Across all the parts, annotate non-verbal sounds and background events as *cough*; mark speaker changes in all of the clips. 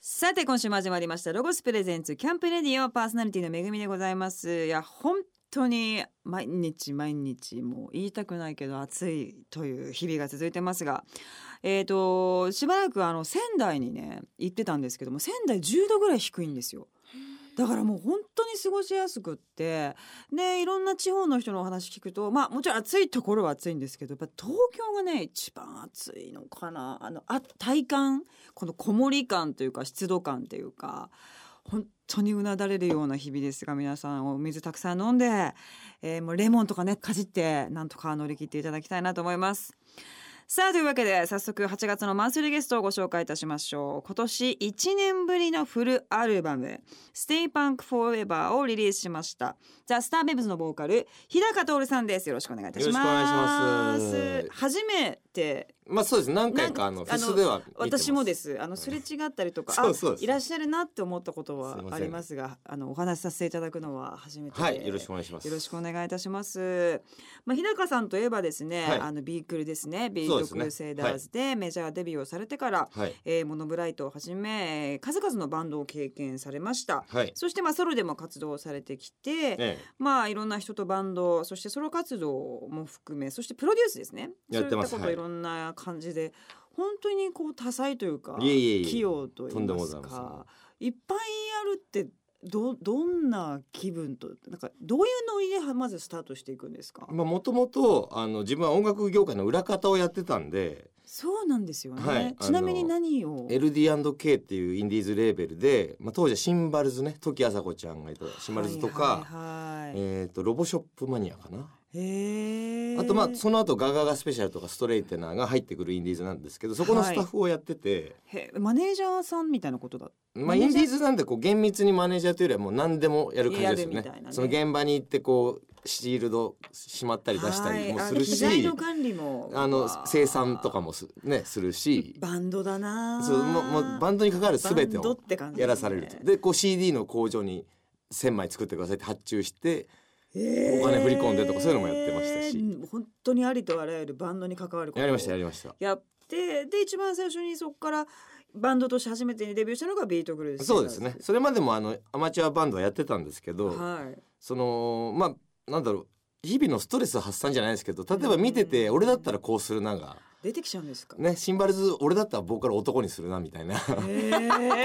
Speaker 1: さて今週も始まりましたロゴスプレゼンツキャンプレディオパーソナリティのめぐみでございますいや本当に毎日毎日もう言いたくないけど暑いという日々が続いてますがえー、としばらくあの仙台にね行ってたんですけども仙台10度ぐらい低いんですよ。だからもう本当に過ごしやすくってでいろんな地方の人のお話聞くとまあもちろん暑いところは暑いんですけどやっぱ東京がね一番暑いのかなあのあ体感このこもり感というか湿度感というか本当にうなだれるような日々ですが皆さんお水たくさん飲んで、えーもうレモンとかねかじってなんとか乗り切っていただきたいなと思います。さあというわけで早速8月のマンスリーゲストをご紹介いたしましょう今年1年ぶりのフルアルバム「Stay Punk Forever」をリリースしましたザ・スターベブズのボーカル日高徹さんですよろしくお願いいたします
Speaker 2: よろしくお願いします
Speaker 1: 初めて
Speaker 2: まあそうです何回かあのフ
Speaker 1: なん
Speaker 2: ェスでは見てます
Speaker 1: 私もですあのすれ違ったりと
Speaker 2: *laughs*
Speaker 1: か、
Speaker 2: そうそう
Speaker 1: あ
Speaker 2: です
Speaker 1: いらっしゃるなって思ったこと
Speaker 2: す
Speaker 1: は
Speaker 2: いませ
Speaker 1: あ
Speaker 2: ん
Speaker 1: りますがあのお話しさせていただくのは初めてで
Speaker 2: はいよろしくお願いします
Speaker 1: よろしくお願いいたします。まあ、日高さんといえばですね、
Speaker 2: はい
Speaker 1: あのビークルですね、ビー
Speaker 2: そう
Speaker 1: ト
Speaker 2: です
Speaker 1: ク
Speaker 2: ね
Speaker 1: ルセイダーズでメジャーデビューをされてから、
Speaker 2: はい
Speaker 1: えーモノブライトをはじめ、えー数々のバンドを経験されました。
Speaker 2: はい
Speaker 1: そしてまあソロでも活動をされてきて、
Speaker 2: え
Speaker 1: まあいろんな人とバンド、そしてソロ活動も含め、そしてプロデュースですね。
Speaker 2: やってます
Speaker 1: そういったことを
Speaker 2: はい
Speaker 1: いろんな感じで、本当にこう多彩というか、
Speaker 2: いえいえいえ
Speaker 1: 器用と
Speaker 2: と
Speaker 1: いい
Speaker 2: んでも
Speaker 1: ま
Speaker 2: ご
Speaker 1: す
Speaker 2: ざいません
Speaker 1: か、いっぱいやるってどどんな気分となんかどういうノリでまずスタートしていくんですか
Speaker 2: え。まあもともとあの自分は音楽業界の裏方をやってたんで
Speaker 1: そうなんですよね。
Speaker 2: はい
Speaker 1: ちなみに
Speaker 2: あの
Speaker 1: 何を
Speaker 2: LD&K っていうインディーズレーベルで、まあ、当時はシンバルズね時あさこちゃんがいたシンバルズとか、
Speaker 1: はいはいはい
Speaker 2: えー、とロボショップマニアかな、
Speaker 1: へー
Speaker 2: あとまあその後ガガガスペシャルとかストレイテナーが入ってくるインディーズなんですけどそこのスタッフをやってて、
Speaker 1: へマネージャーさんみたいなことだ。
Speaker 2: まあ、インディーズなんでこう厳密にマネージャーというよりはもう何でもやる感じで
Speaker 1: や
Speaker 2: すよね
Speaker 1: るみたいなね
Speaker 2: その現場に行ってこうシールドしまったり出したりもするし、
Speaker 1: はいあ機材の管理も
Speaker 2: あの生産と
Speaker 1: も
Speaker 2: かもす,、ね、するし
Speaker 1: バンドだな
Speaker 2: そうもうもうバ
Speaker 1: ン
Speaker 2: ンドにかかる全て
Speaker 1: バンド
Speaker 2: を
Speaker 1: って感じ
Speaker 2: やらされると。でこう CD の工場に1,000枚作ってくださいって発注して
Speaker 1: で
Speaker 2: お金振り込んでとかそういうのもやってましたし
Speaker 1: 本当にありとあらゆるバンドに関わることを
Speaker 2: やりましたやりました。
Speaker 1: やってで一番最初にそこからバンドとして初めてにデビューしたのがビートグループ
Speaker 2: そうですねそれまでもあのアマチュアバンドはやってたんですけど、
Speaker 1: はい
Speaker 2: そのまあなんだろう日々のストレス発散じゃないですけど例えば見てて俺だったらこうするなが、
Speaker 1: 出てきちゃうんです
Speaker 2: *laughs*
Speaker 1: か、
Speaker 2: ね、シンバルズ俺だったらボーカル男にするなみたいな *laughs*
Speaker 1: こ
Speaker 2: こ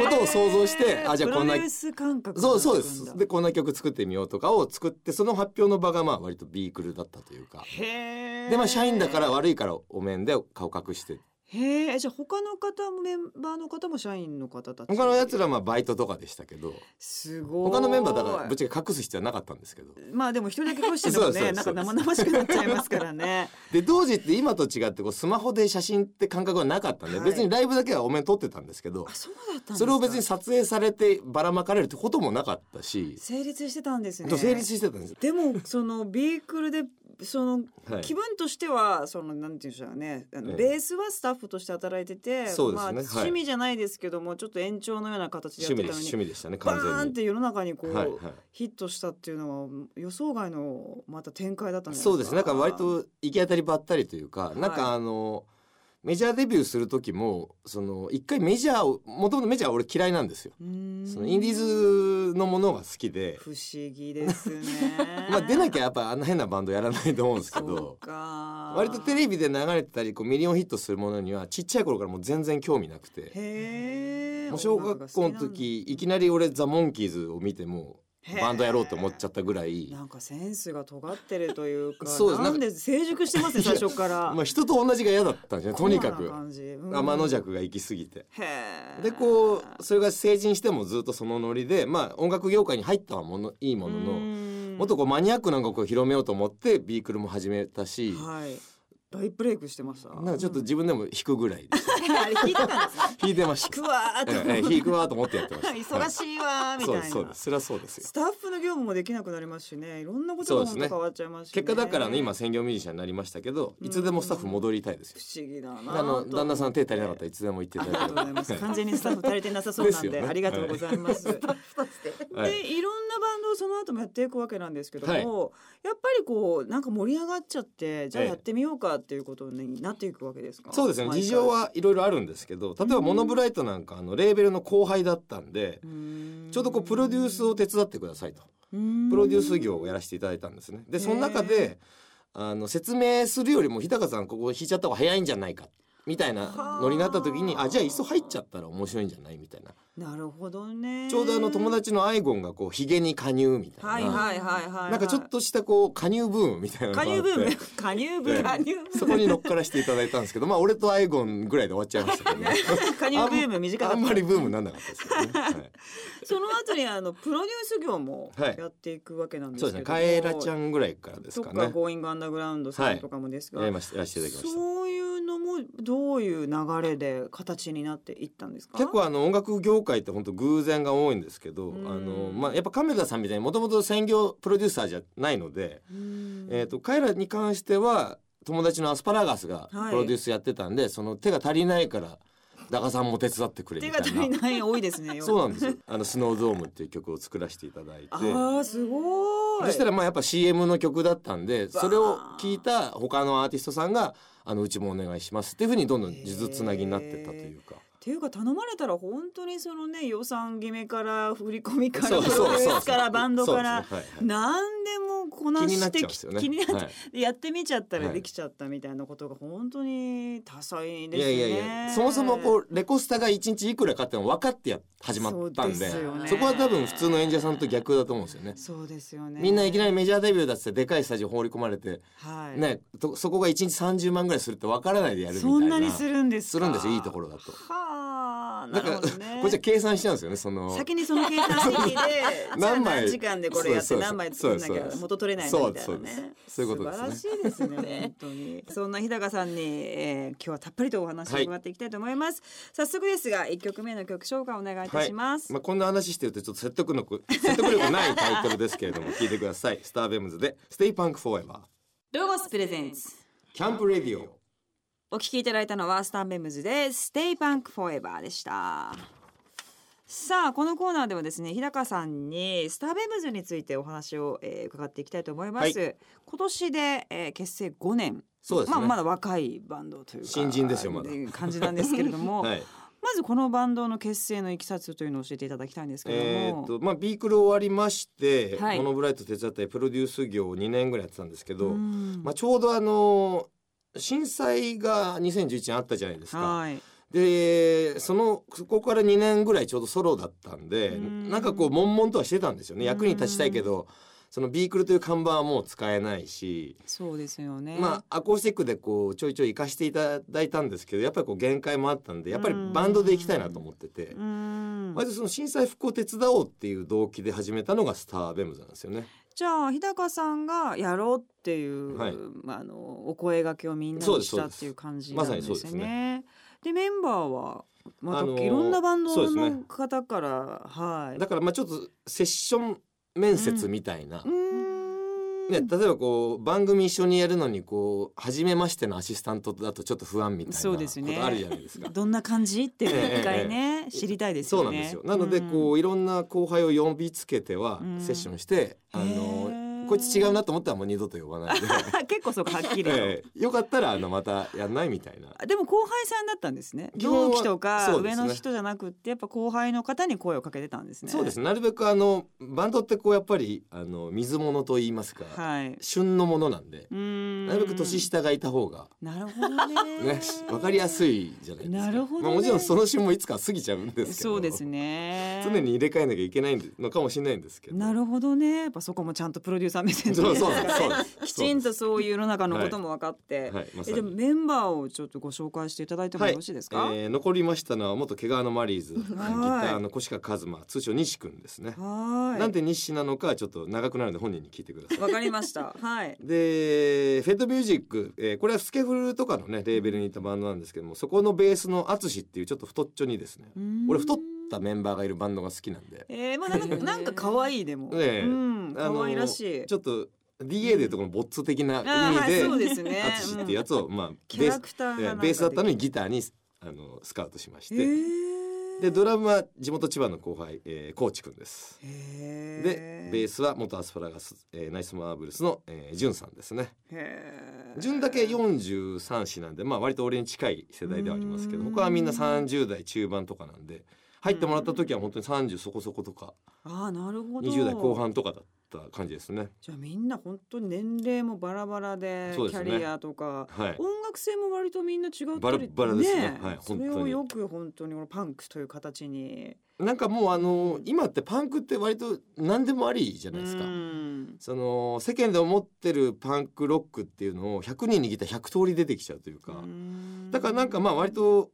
Speaker 2: とを想像してあじゃあこんな
Speaker 1: プロデュース感覚
Speaker 2: そうそう
Speaker 1: に
Speaker 2: で
Speaker 1: なっ
Speaker 2: す
Speaker 1: て
Speaker 2: で
Speaker 1: く
Speaker 2: こんな曲作ってみようとかを作ってその発表の場がまあ割とビークルだったというか
Speaker 1: んだへー
Speaker 2: でまあ社員だから悪いからお面で顔隠して
Speaker 1: へえじゃあ他の方もメンバーの方も社員の方たち
Speaker 2: 他のやつらはまあバイトとかでしたけど
Speaker 1: すごい
Speaker 2: 他のメンバーだからぶっちゃけ隠す必要はなかったんですけど
Speaker 1: まあでも一人だけこうしてるも
Speaker 2: そうそうそ
Speaker 1: ね
Speaker 2: う
Speaker 1: なんか生々しくなっちゃいますからね。
Speaker 2: *laughs* で当時って今と違ってこうスマホで写真って感覚はなかったんで、
Speaker 1: はい
Speaker 2: 別にライブだけはお面撮ってたんですけど
Speaker 1: あそうだったんですか
Speaker 2: それを別に撮影されてばらまかれるってこともなかったし、
Speaker 1: 成立してたんですね。
Speaker 2: 成立してたんです、
Speaker 1: でもそのビークルでその
Speaker 2: はい
Speaker 1: 気分としてはそのなんていうんでしょうねあの
Speaker 2: ええ
Speaker 1: ベースはスタッフとして働いてて、
Speaker 2: そうですね
Speaker 1: まあ、
Speaker 2: はい
Speaker 1: 趣味じゃないですけどもちょっと延長のような形でや
Speaker 2: 趣
Speaker 1: って
Speaker 2: 味で
Speaker 1: た
Speaker 2: す
Speaker 1: のに
Speaker 2: 趣味でしたね
Speaker 1: バー
Speaker 2: 完
Speaker 1: ンっ
Speaker 2: 全に。
Speaker 1: て世の中にこう、
Speaker 2: はいはい
Speaker 1: ヒットしたっていうのは予想外のまた展開だったんじゃ
Speaker 2: そう
Speaker 1: ない
Speaker 2: で
Speaker 1: ですす
Speaker 2: ね
Speaker 1: か。
Speaker 2: なんか割と行き当たりばったりというか、
Speaker 1: い
Speaker 2: なんかあのメジャーデビューする時もその一回メジャーをもともとメジャーは俺嫌いなんですよ。
Speaker 1: うーん
Speaker 2: そのインディーズのものが好きで、
Speaker 1: 不思議ですね
Speaker 2: *laughs* 。まあ出なきゃやっぱあんな変なバンドやらないと思うんですけ
Speaker 1: そ
Speaker 2: ど
Speaker 1: う。か
Speaker 2: 割とテレビで流れてたりこうミリオンヒットするものにはちっちゃい頃からもう全然興味なくて
Speaker 1: へえ
Speaker 2: もう小学校の時いきなり俺ザ・モンキーズを見てもうバンドやろうと思っちゃ
Speaker 1: っ
Speaker 2: ったぐらい
Speaker 1: たなんかセンスが尖ってるというか
Speaker 2: そうです
Speaker 1: な
Speaker 2: なんん
Speaker 1: で成熟してますね最初から、
Speaker 2: まあ人と同じが嫌だったんですねとにか
Speaker 1: コア
Speaker 2: く
Speaker 1: な感じうん
Speaker 2: 天の弱が行き過ぎて。
Speaker 1: へえ
Speaker 2: でこうそれが成人してもずっとそのノリでまあ音楽業界に入ったはものいいものの
Speaker 1: の
Speaker 2: もっとこうマニアックな音楽を広めようと思ってビークルも始めたし
Speaker 1: はい大ブレイクしてました
Speaker 2: なんかちょっと自分でも弾くぐらいでし
Speaker 1: *laughs*
Speaker 2: た
Speaker 1: あれ聞いてたんですね
Speaker 2: 弾いてまし
Speaker 1: く
Speaker 2: た。
Speaker 1: わーっ
Speaker 2: え
Speaker 1: て、
Speaker 2: え弾くわと思ってやってまし
Speaker 1: *laughs*
Speaker 2: た。
Speaker 1: 忙しいわーみたいな
Speaker 2: そうですそうですそれはそうですよ
Speaker 1: スタッフの業務もできなくなりますしねいろんなことが
Speaker 2: そ
Speaker 1: 本当
Speaker 2: うですね
Speaker 1: 変わっちゃいますし、ね
Speaker 2: 結果だからね今専業ミュージシャンになりましたけどいつでもスタッフ戻りたいですよ
Speaker 1: 不思議だな
Speaker 2: あの
Speaker 1: と
Speaker 2: 旦那さん手足りなかったらいつでも行ってい
Speaker 1: あり
Speaker 2: た
Speaker 1: がと
Speaker 2: だ
Speaker 1: *laughs*
Speaker 2: け
Speaker 1: うございます。完全にスタッフ足りてなさそうなんで、
Speaker 2: ですよね
Speaker 1: ありがとうございます。で、いろんなバ
Speaker 2: はい
Speaker 1: ンドをその後もやっていくわけなんですけども、
Speaker 2: はい
Speaker 1: やっぱりこうなんか盛り上がっちゃって、じゃあ
Speaker 2: ええ
Speaker 1: やってみようかっていうことになっていくわけですか。
Speaker 2: そうですね
Speaker 1: 毎回
Speaker 2: 事情。はいろろいろあるんですけど例えばモノブライトなんかあのレーベルの後輩だったんでちょうどこうプロデュースを手伝ってくださいとプ
Speaker 1: プ
Speaker 2: ロデュース業をやらせていただいたんですね。でその中
Speaker 1: へ
Speaker 2: であの説明するよりも日高さんここ引いちゃった方が早いんじゃないかみたいなノリになった時に
Speaker 1: はあ
Speaker 2: あじゃあいっそ入っちゃったら面白いんじゃないみたいな
Speaker 1: なるほどね
Speaker 2: ちょうどあの友達のアイゴンがこうヒゲに加入みたいな、
Speaker 1: はいはいはいはい
Speaker 2: なんかちょっとしたこう加入ブームみたいなのがあ
Speaker 1: 加
Speaker 2: っ
Speaker 1: 入
Speaker 2: て
Speaker 1: ブーム加入ブーム
Speaker 2: 加
Speaker 1: 入
Speaker 2: そこに乗っからしていただいたんですけどまあ俺とアイゴンぐらいで終わっちゃいましたけどね
Speaker 1: 加入ブーム短か
Speaker 2: あ
Speaker 1: っ
Speaker 2: ん
Speaker 1: た
Speaker 2: まりブームになんなかったですけどね、はい
Speaker 1: その後にあのプロデュース業も
Speaker 2: はい
Speaker 1: やっていくわけなんです
Speaker 2: そう
Speaker 1: け
Speaker 2: ですね
Speaker 1: ど
Speaker 2: カエラちゃんぐらいからです
Speaker 1: と
Speaker 2: か
Speaker 1: か
Speaker 2: ね
Speaker 1: ゴーイングアンダーグラウンドさんとかもですが、
Speaker 2: やりましたやらせていただきました
Speaker 1: そういうのもどういう流れで形になっていったんですか
Speaker 2: 結構あの音楽業界って本当偶然が多いんですけ
Speaker 1: う
Speaker 2: ど、
Speaker 1: ん
Speaker 2: あのまあ、やっぱ亀田さんみたいにもともと専業プロデューサーじゃないので、えー、と彼らに関しては友達のアスパラガスが
Speaker 1: はい
Speaker 2: プロデュースやってたんで、その手が足りないからダカさんも手伝ってくれ
Speaker 1: 手
Speaker 2: み
Speaker 1: が
Speaker 2: た
Speaker 1: 足
Speaker 2: いな
Speaker 1: りない多いですね
Speaker 2: *laughs* そうなんですよ「あのスノードーム」っていう曲を作らせていただいて
Speaker 1: あ。ーすごい
Speaker 2: そしたらまあやっぱ CM の曲だったんで
Speaker 1: わあ
Speaker 2: それを聞いた他のアーティストさんが「あのうちもお願いします」っていうふうにどんどん数珠つなぎになってったというか
Speaker 1: っていうか頼まれたら本当にそのね予算決めから振り込みからプ
Speaker 2: *laughs* そ
Speaker 1: ロ
Speaker 2: う
Speaker 1: デ
Speaker 2: そ
Speaker 1: ュ
Speaker 2: うそうそう
Speaker 1: ースからバンドから、
Speaker 2: そうですねはいはい
Speaker 1: 何でもこな
Speaker 2: 気にな
Speaker 1: し
Speaker 2: っち
Speaker 1: て
Speaker 2: ゃうんですよね。
Speaker 1: 気になっちゃう
Speaker 2: はい
Speaker 1: やってみちゃったら
Speaker 2: はい
Speaker 1: できちゃったみたいなことが本当に多彩
Speaker 2: い
Speaker 1: です
Speaker 2: や
Speaker 1: ね。
Speaker 2: いやいや、そもそもこうレコスタが一日いくらかっての分かってや始まったん
Speaker 1: そう
Speaker 2: で
Speaker 1: ですよね
Speaker 2: そこは多分普通の演者さんと逆だと思うんですよね。
Speaker 1: そうですよね。
Speaker 2: みんないきな
Speaker 1: り、
Speaker 2: りメジャーデビューだっつってでかいスタジオ放り込まれて、
Speaker 1: はい、
Speaker 2: ね、とそこが一日30万ぐらいするって分からないでやるみたいな
Speaker 1: そんなにするんですか。
Speaker 2: するんですよいいところだと
Speaker 1: はあ、な
Speaker 2: だか
Speaker 1: る
Speaker 2: ら、
Speaker 1: ほどね。
Speaker 2: こっちは計算しちゃうんですよねそ
Speaker 1: *laughs*
Speaker 2: の
Speaker 1: 先にその計算式でじゃあ
Speaker 2: *laughs* 何枚
Speaker 1: 何時間でこれやって
Speaker 2: そうそう
Speaker 1: 何枚作んなき
Speaker 2: そうで
Speaker 1: ゃ
Speaker 2: す
Speaker 1: 元取れないなみたい
Speaker 2: そ
Speaker 1: な
Speaker 2: うで
Speaker 1: ね
Speaker 2: すそうですそういうことです
Speaker 1: 素晴らしいですね本当にそんな日高さんに、えー今日はたっぷりとお話を伺っていきたいと思います、早速ですが一曲目の曲紹介お願いいたします、
Speaker 2: まあ、こんな話してるとちょっと説得力 *laughs* 説得力ないタイトルですけれども聞いてくださいスターベムズで「ステイパンクフォーエバー
Speaker 1: ロゴスプレゼンツ
Speaker 2: キャンプレディオ
Speaker 1: お聞きいただいたのはスタンベムズで「Stay Punk Forever」でした。さあこのコーナーではですね日高さんにスターベムズについてお話を、えー伺っていきたいと思います、今年で、えー結成5年
Speaker 2: そうですね
Speaker 1: まあ、まだ若いバンドというか
Speaker 2: 新人ですよまだ
Speaker 1: っていう感じなんですけれど」も、
Speaker 2: *laughs* はい
Speaker 1: まずこのバンドの結成のいきさつというのを教えていただきたいんですけれども、
Speaker 2: えーっとまあ、ビークル終わりまして、
Speaker 1: はい
Speaker 2: モノブライト手伝ったりプロデュース業を2年ぐらいやってたんですけど、
Speaker 1: うん
Speaker 2: まあ、ちょうどあの震災が2011年あったじゃないですか。
Speaker 1: はい
Speaker 2: でそのそこから2年ぐらいちょうどソロだったんで
Speaker 1: うん
Speaker 2: なんかこう悶々とはしてたんですよね役に立ちたいけどそのビークルという看板はもう使えないし、
Speaker 1: そうですよね、
Speaker 2: まあ、アコースティックでこうちょいちょい活かしていただいたんですけどやっぱりこう限界もあったんでやっぱりバンドで行きたいなと思ってて。
Speaker 1: うん
Speaker 2: まずその震災復興を手伝おうっていう動機で始めたのがスターベムズなんですよね。
Speaker 1: じゃあ日高さんがやろうっていう、
Speaker 2: はい
Speaker 1: まあ、あのお声掛けをみんな
Speaker 2: そう
Speaker 1: に
Speaker 2: です
Speaker 1: したっていう感じな
Speaker 2: ま
Speaker 1: ん
Speaker 2: さ
Speaker 1: で
Speaker 2: に
Speaker 1: す
Speaker 2: そう
Speaker 1: ね。
Speaker 2: です
Speaker 1: で
Speaker 2: ね
Speaker 1: メンバーはま
Speaker 2: あの
Speaker 1: た
Speaker 2: ー
Speaker 1: いろんなバン
Speaker 2: そう
Speaker 1: ド
Speaker 2: です
Speaker 1: の
Speaker 2: ね
Speaker 1: 方から、はい。
Speaker 2: だからまあちょっとセッション面接みたいな、
Speaker 1: うーん
Speaker 2: ね、例えばこう番組一緒にやるのにこう初めましてのアシスタントだとちょっと不安みたいな
Speaker 1: そう
Speaker 2: こ
Speaker 1: ですね
Speaker 2: とあるじゃないですか。
Speaker 1: どんな感じっていうのを一
Speaker 2: ええ
Speaker 1: 回ね、知りたいです
Speaker 2: そうな
Speaker 1: よね。
Speaker 2: んですよなのでこういろんな後輩を呼びつけては
Speaker 1: うん
Speaker 2: セッションして、あ
Speaker 1: へ
Speaker 2: の
Speaker 1: ー
Speaker 2: こいつ違うなと思ったらもう二度と呼ば
Speaker 1: *laughs*
Speaker 2: ない
Speaker 1: う
Speaker 2: で、
Speaker 1: ん結構そこはっきりと。
Speaker 2: ええ *laughs* よかったらあのまたやんないみたいな
Speaker 1: あでも後輩さんだったんですね。
Speaker 2: 基本は
Speaker 1: 同期とか
Speaker 2: そうで
Speaker 1: 上
Speaker 2: すね
Speaker 1: の人じゃなくってやっぱ後輩の方に声をかけてたんですね。
Speaker 2: そうですねなるべくあのバンドってこうやっぱりあの水物と言いますか、
Speaker 1: はい。
Speaker 2: 旬のものなんで、な
Speaker 1: な
Speaker 2: るべく年下がいた方が
Speaker 1: なるほどね。
Speaker 2: ね、わかりやすいじゃないですか。
Speaker 1: なるほどね
Speaker 2: まあ、もちろんその旬もいつか過ぎちゃうんですけど。
Speaker 1: そうですね。
Speaker 2: 常に入れ替えなきゃいけないのかもしれないんですけど。
Speaker 1: なるほどね。やっぱそこもちゃんとプロデューサー目線で
Speaker 2: そうそうですそうです。
Speaker 1: きちんとそういう世の中の
Speaker 2: はい
Speaker 1: ことも分かって。
Speaker 2: はい、まさ
Speaker 1: えでも
Speaker 2: に。
Speaker 1: メンバーをちょっとご紹介していただいても
Speaker 2: はい
Speaker 1: よろしいです
Speaker 2: え
Speaker 1: か。
Speaker 2: ー残りましたのは元毛皮のマリーズ、ギタ
Speaker 1: はい
Speaker 2: ーの越川一馬、通称西君ですね。
Speaker 1: はーい。
Speaker 2: なんで西なのかはちょっと長くなるので本人に聞いてください。
Speaker 1: わかりました。はい。
Speaker 2: でフェッドミュージック、えーこれはスケフルとかのねレーベルにいたバンドなんですけどもそこのベースの淳っていうちょっと太っちょにですね *laughs* 俺太ったメンバーがいるバンドが好きなんで
Speaker 1: えー、まあなんかなんか可愛いでも。
Speaker 2: ねえ
Speaker 1: うん。
Speaker 2: あの
Speaker 1: 可愛らしい。
Speaker 2: ちょっと DA でいうとこのボッツ的な
Speaker 1: あー
Speaker 2: 意
Speaker 1: は
Speaker 2: 味
Speaker 1: い
Speaker 2: で、
Speaker 1: そうですね。
Speaker 2: アツシっていうやつをまあ
Speaker 1: キ
Speaker 2: ベ
Speaker 1: ャ
Speaker 2: ー
Speaker 1: ラ
Speaker 2: ス
Speaker 1: クターが
Speaker 2: え
Speaker 1: なん
Speaker 2: ー
Speaker 1: か
Speaker 2: ベースだったの
Speaker 1: に。
Speaker 2: にギターにあのスカウトしまして、
Speaker 1: え
Speaker 2: でドラムは地元千葉の後輩、えー、コーチくんですで
Speaker 1: で
Speaker 2: ベースは元アスパラガス、えーナイスマーブルスの、えー、ジュンさんですね
Speaker 1: へー
Speaker 2: ジュンだけ43子なんでまあ割と俺に近い世代ではありますけど
Speaker 1: うん
Speaker 2: 他はみんな30代中盤とかなんで入ってもらった時は本当に30そこそことか
Speaker 1: ああなるほど
Speaker 2: 20代後半とかだった感じですね
Speaker 1: じゃあみんな本当に年齢もバラバラで
Speaker 2: そうで
Speaker 1: キ
Speaker 2: す
Speaker 1: ャ
Speaker 2: ね
Speaker 1: リアとか、
Speaker 2: はい
Speaker 1: 音楽性も割とみんな違ったり
Speaker 2: バラバラですねはい
Speaker 1: そ
Speaker 2: 本
Speaker 1: れ
Speaker 2: 当
Speaker 1: を
Speaker 2: に
Speaker 1: よく本当にこのパンクという形に
Speaker 2: なんかもうあの今ってパンクって割と何でもありじゃないですか
Speaker 1: うん
Speaker 2: その世間で思ってるパンクロックっていうのを100人に聞いたら100通り出てきちゃうというか
Speaker 1: うん
Speaker 2: だからなんかまあ割と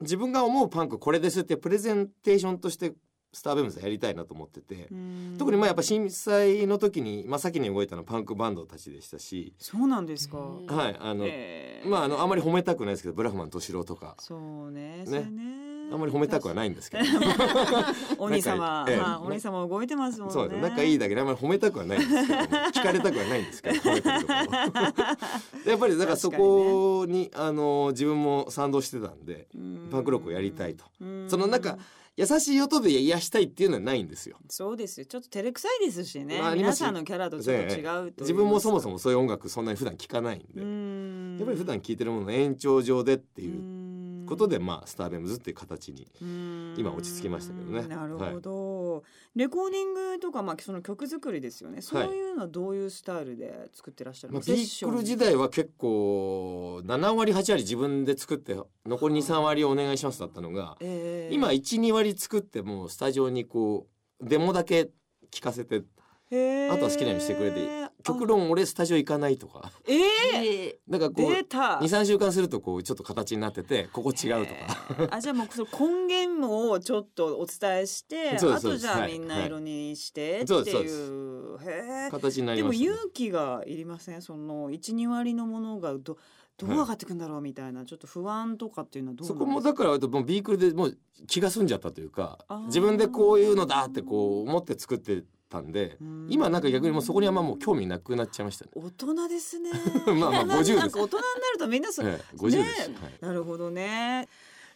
Speaker 2: 自分が思うパンクこれですっていうプレゼンテーションとしてスターベムズはやりたいなと思ってて
Speaker 1: うん
Speaker 2: 特にまあやっぱ震災の時に真っ先に動いたのはパンクバンドたちでしたし
Speaker 1: そうなんですか、
Speaker 3: うん
Speaker 2: はいあの
Speaker 1: へー
Speaker 2: まああのあまり褒めたくないですけどブラフマン敏郎とか
Speaker 1: そうね
Speaker 2: ね
Speaker 1: それね
Speaker 2: あんまり褒めたく
Speaker 1: 確
Speaker 2: はないんですけど
Speaker 1: かに *laughs* お兄様、
Speaker 2: ええ
Speaker 1: まあ、お兄様動いてますもんね
Speaker 2: そうですね仲いいだけであんまり褒めたくはないんですけ *laughs* ど聞かれたくはないんですけど褒めてるとこ
Speaker 1: *laughs*
Speaker 2: ろやっぱりだからそこにあの自分も賛同してたんでパンクロックをやりたいとその中優しい音で癒したいっていうのはないんですよ
Speaker 1: そうですよちょっと照れくさいですしね、
Speaker 2: まあありま
Speaker 1: 皆
Speaker 2: す
Speaker 1: さんのキャラとちょっと違うと言いますか
Speaker 2: 自分もそもそもそういう音楽そんなに普段聞かないんで
Speaker 1: うん
Speaker 2: やっぱり普段聴いてるものの延長上でっていう
Speaker 1: う
Speaker 2: ことでまあスターベムズっていう形に
Speaker 1: 今
Speaker 2: 今落ち着きましたけどね
Speaker 1: なるほど、レコーディングとか、まあ、その曲作りですよねそういうのはどういうスタイルで作ってらっしゃる
Speaker 2: ま
Speaker 1: の
Speaker 2: あ、ピークル時代は結構7割8割自分で作って残り23割お願いしますだったのが
Speaker 1: えー
Speaker 2: 今12割作ってもうスタジオにこうデモだけ聞かせて
Speaker 1: へー
Speaker 2: あとは好きなようにしてくれていい
Speaker 1: あ
Speaker 2: 極論俺スタジオ行かないとか *laughs*
Speaker 1: えー、
Speaker 3: え
Speaker 2: なんかこ
Speaker 1: 出
Speaker 2: う
Speaker 1: た
Speaker 2: 23週間するとこうちょっと形になっててここ違うとか
Speaker 1: あじゃあもうその根源をちょっとお伝えしてあ
Speaker 2: そうですそ
Speaker 1: と
Speaker 2: うです
Speaker 1: じゃあ
Speaker 2: は
Speaker 1: み
Speaker 2: い
Speaker 1: んな色にしてって
Speaker 2: そうですそうで
Speaker 1: いう,、へー
Speaker 2: *laughs* 形にな
Speaker 1: で
Speaker 2: り
Speaker 1: も
Speaker 2: ました、ね
Speaker 1: 勇、気がいりませんその12割のものがどどう上がってくんだろうみたいな、ちょっと不安とかっていうのはどうな
Speaker 2: そ
Speaker 1: ん
Speaker 2: こ
Speaker 1: ですか
Speaker 2: もだからもうビークルでもう気が済んじゃったというか
Speaker 1: あー
Speaker 2: 自分でこういうのだってこう思って作ってたんで
Speaker 1: うん
Speaker 2: 今なんか逆にもうそこにあんまもう興味なくなっちゃいましたね。
Speaker 1: 大人ですね
Speaker 2: *laughs* まあまあ
Speaker 1: 大人
Speaker 2: 50です
Speaker 1: なんか大人になるとみんなそう、
Speaker 2: ええ、50です、
Speaker 1: ね
Speaker 2: はい
Speaker 1: なるほどね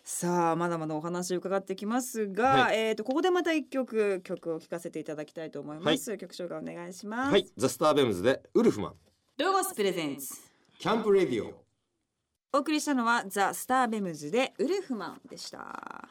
Speaker 1: さあまだまだお話伺ってきますが、
Speaker 2: は
Speaker 1: えっ、とここでまた一曲曲を聴かせていただきたいと思います、曲紹介お願いします、
Speaker 2: はい、ザ・スターベムズでウルフマン
Speaker 1: ロゴスプレゼンツ
Speaker 2: キャンプレディオ
Speaker 1: お送りしたのはザ・スターベムズでウルフマンでした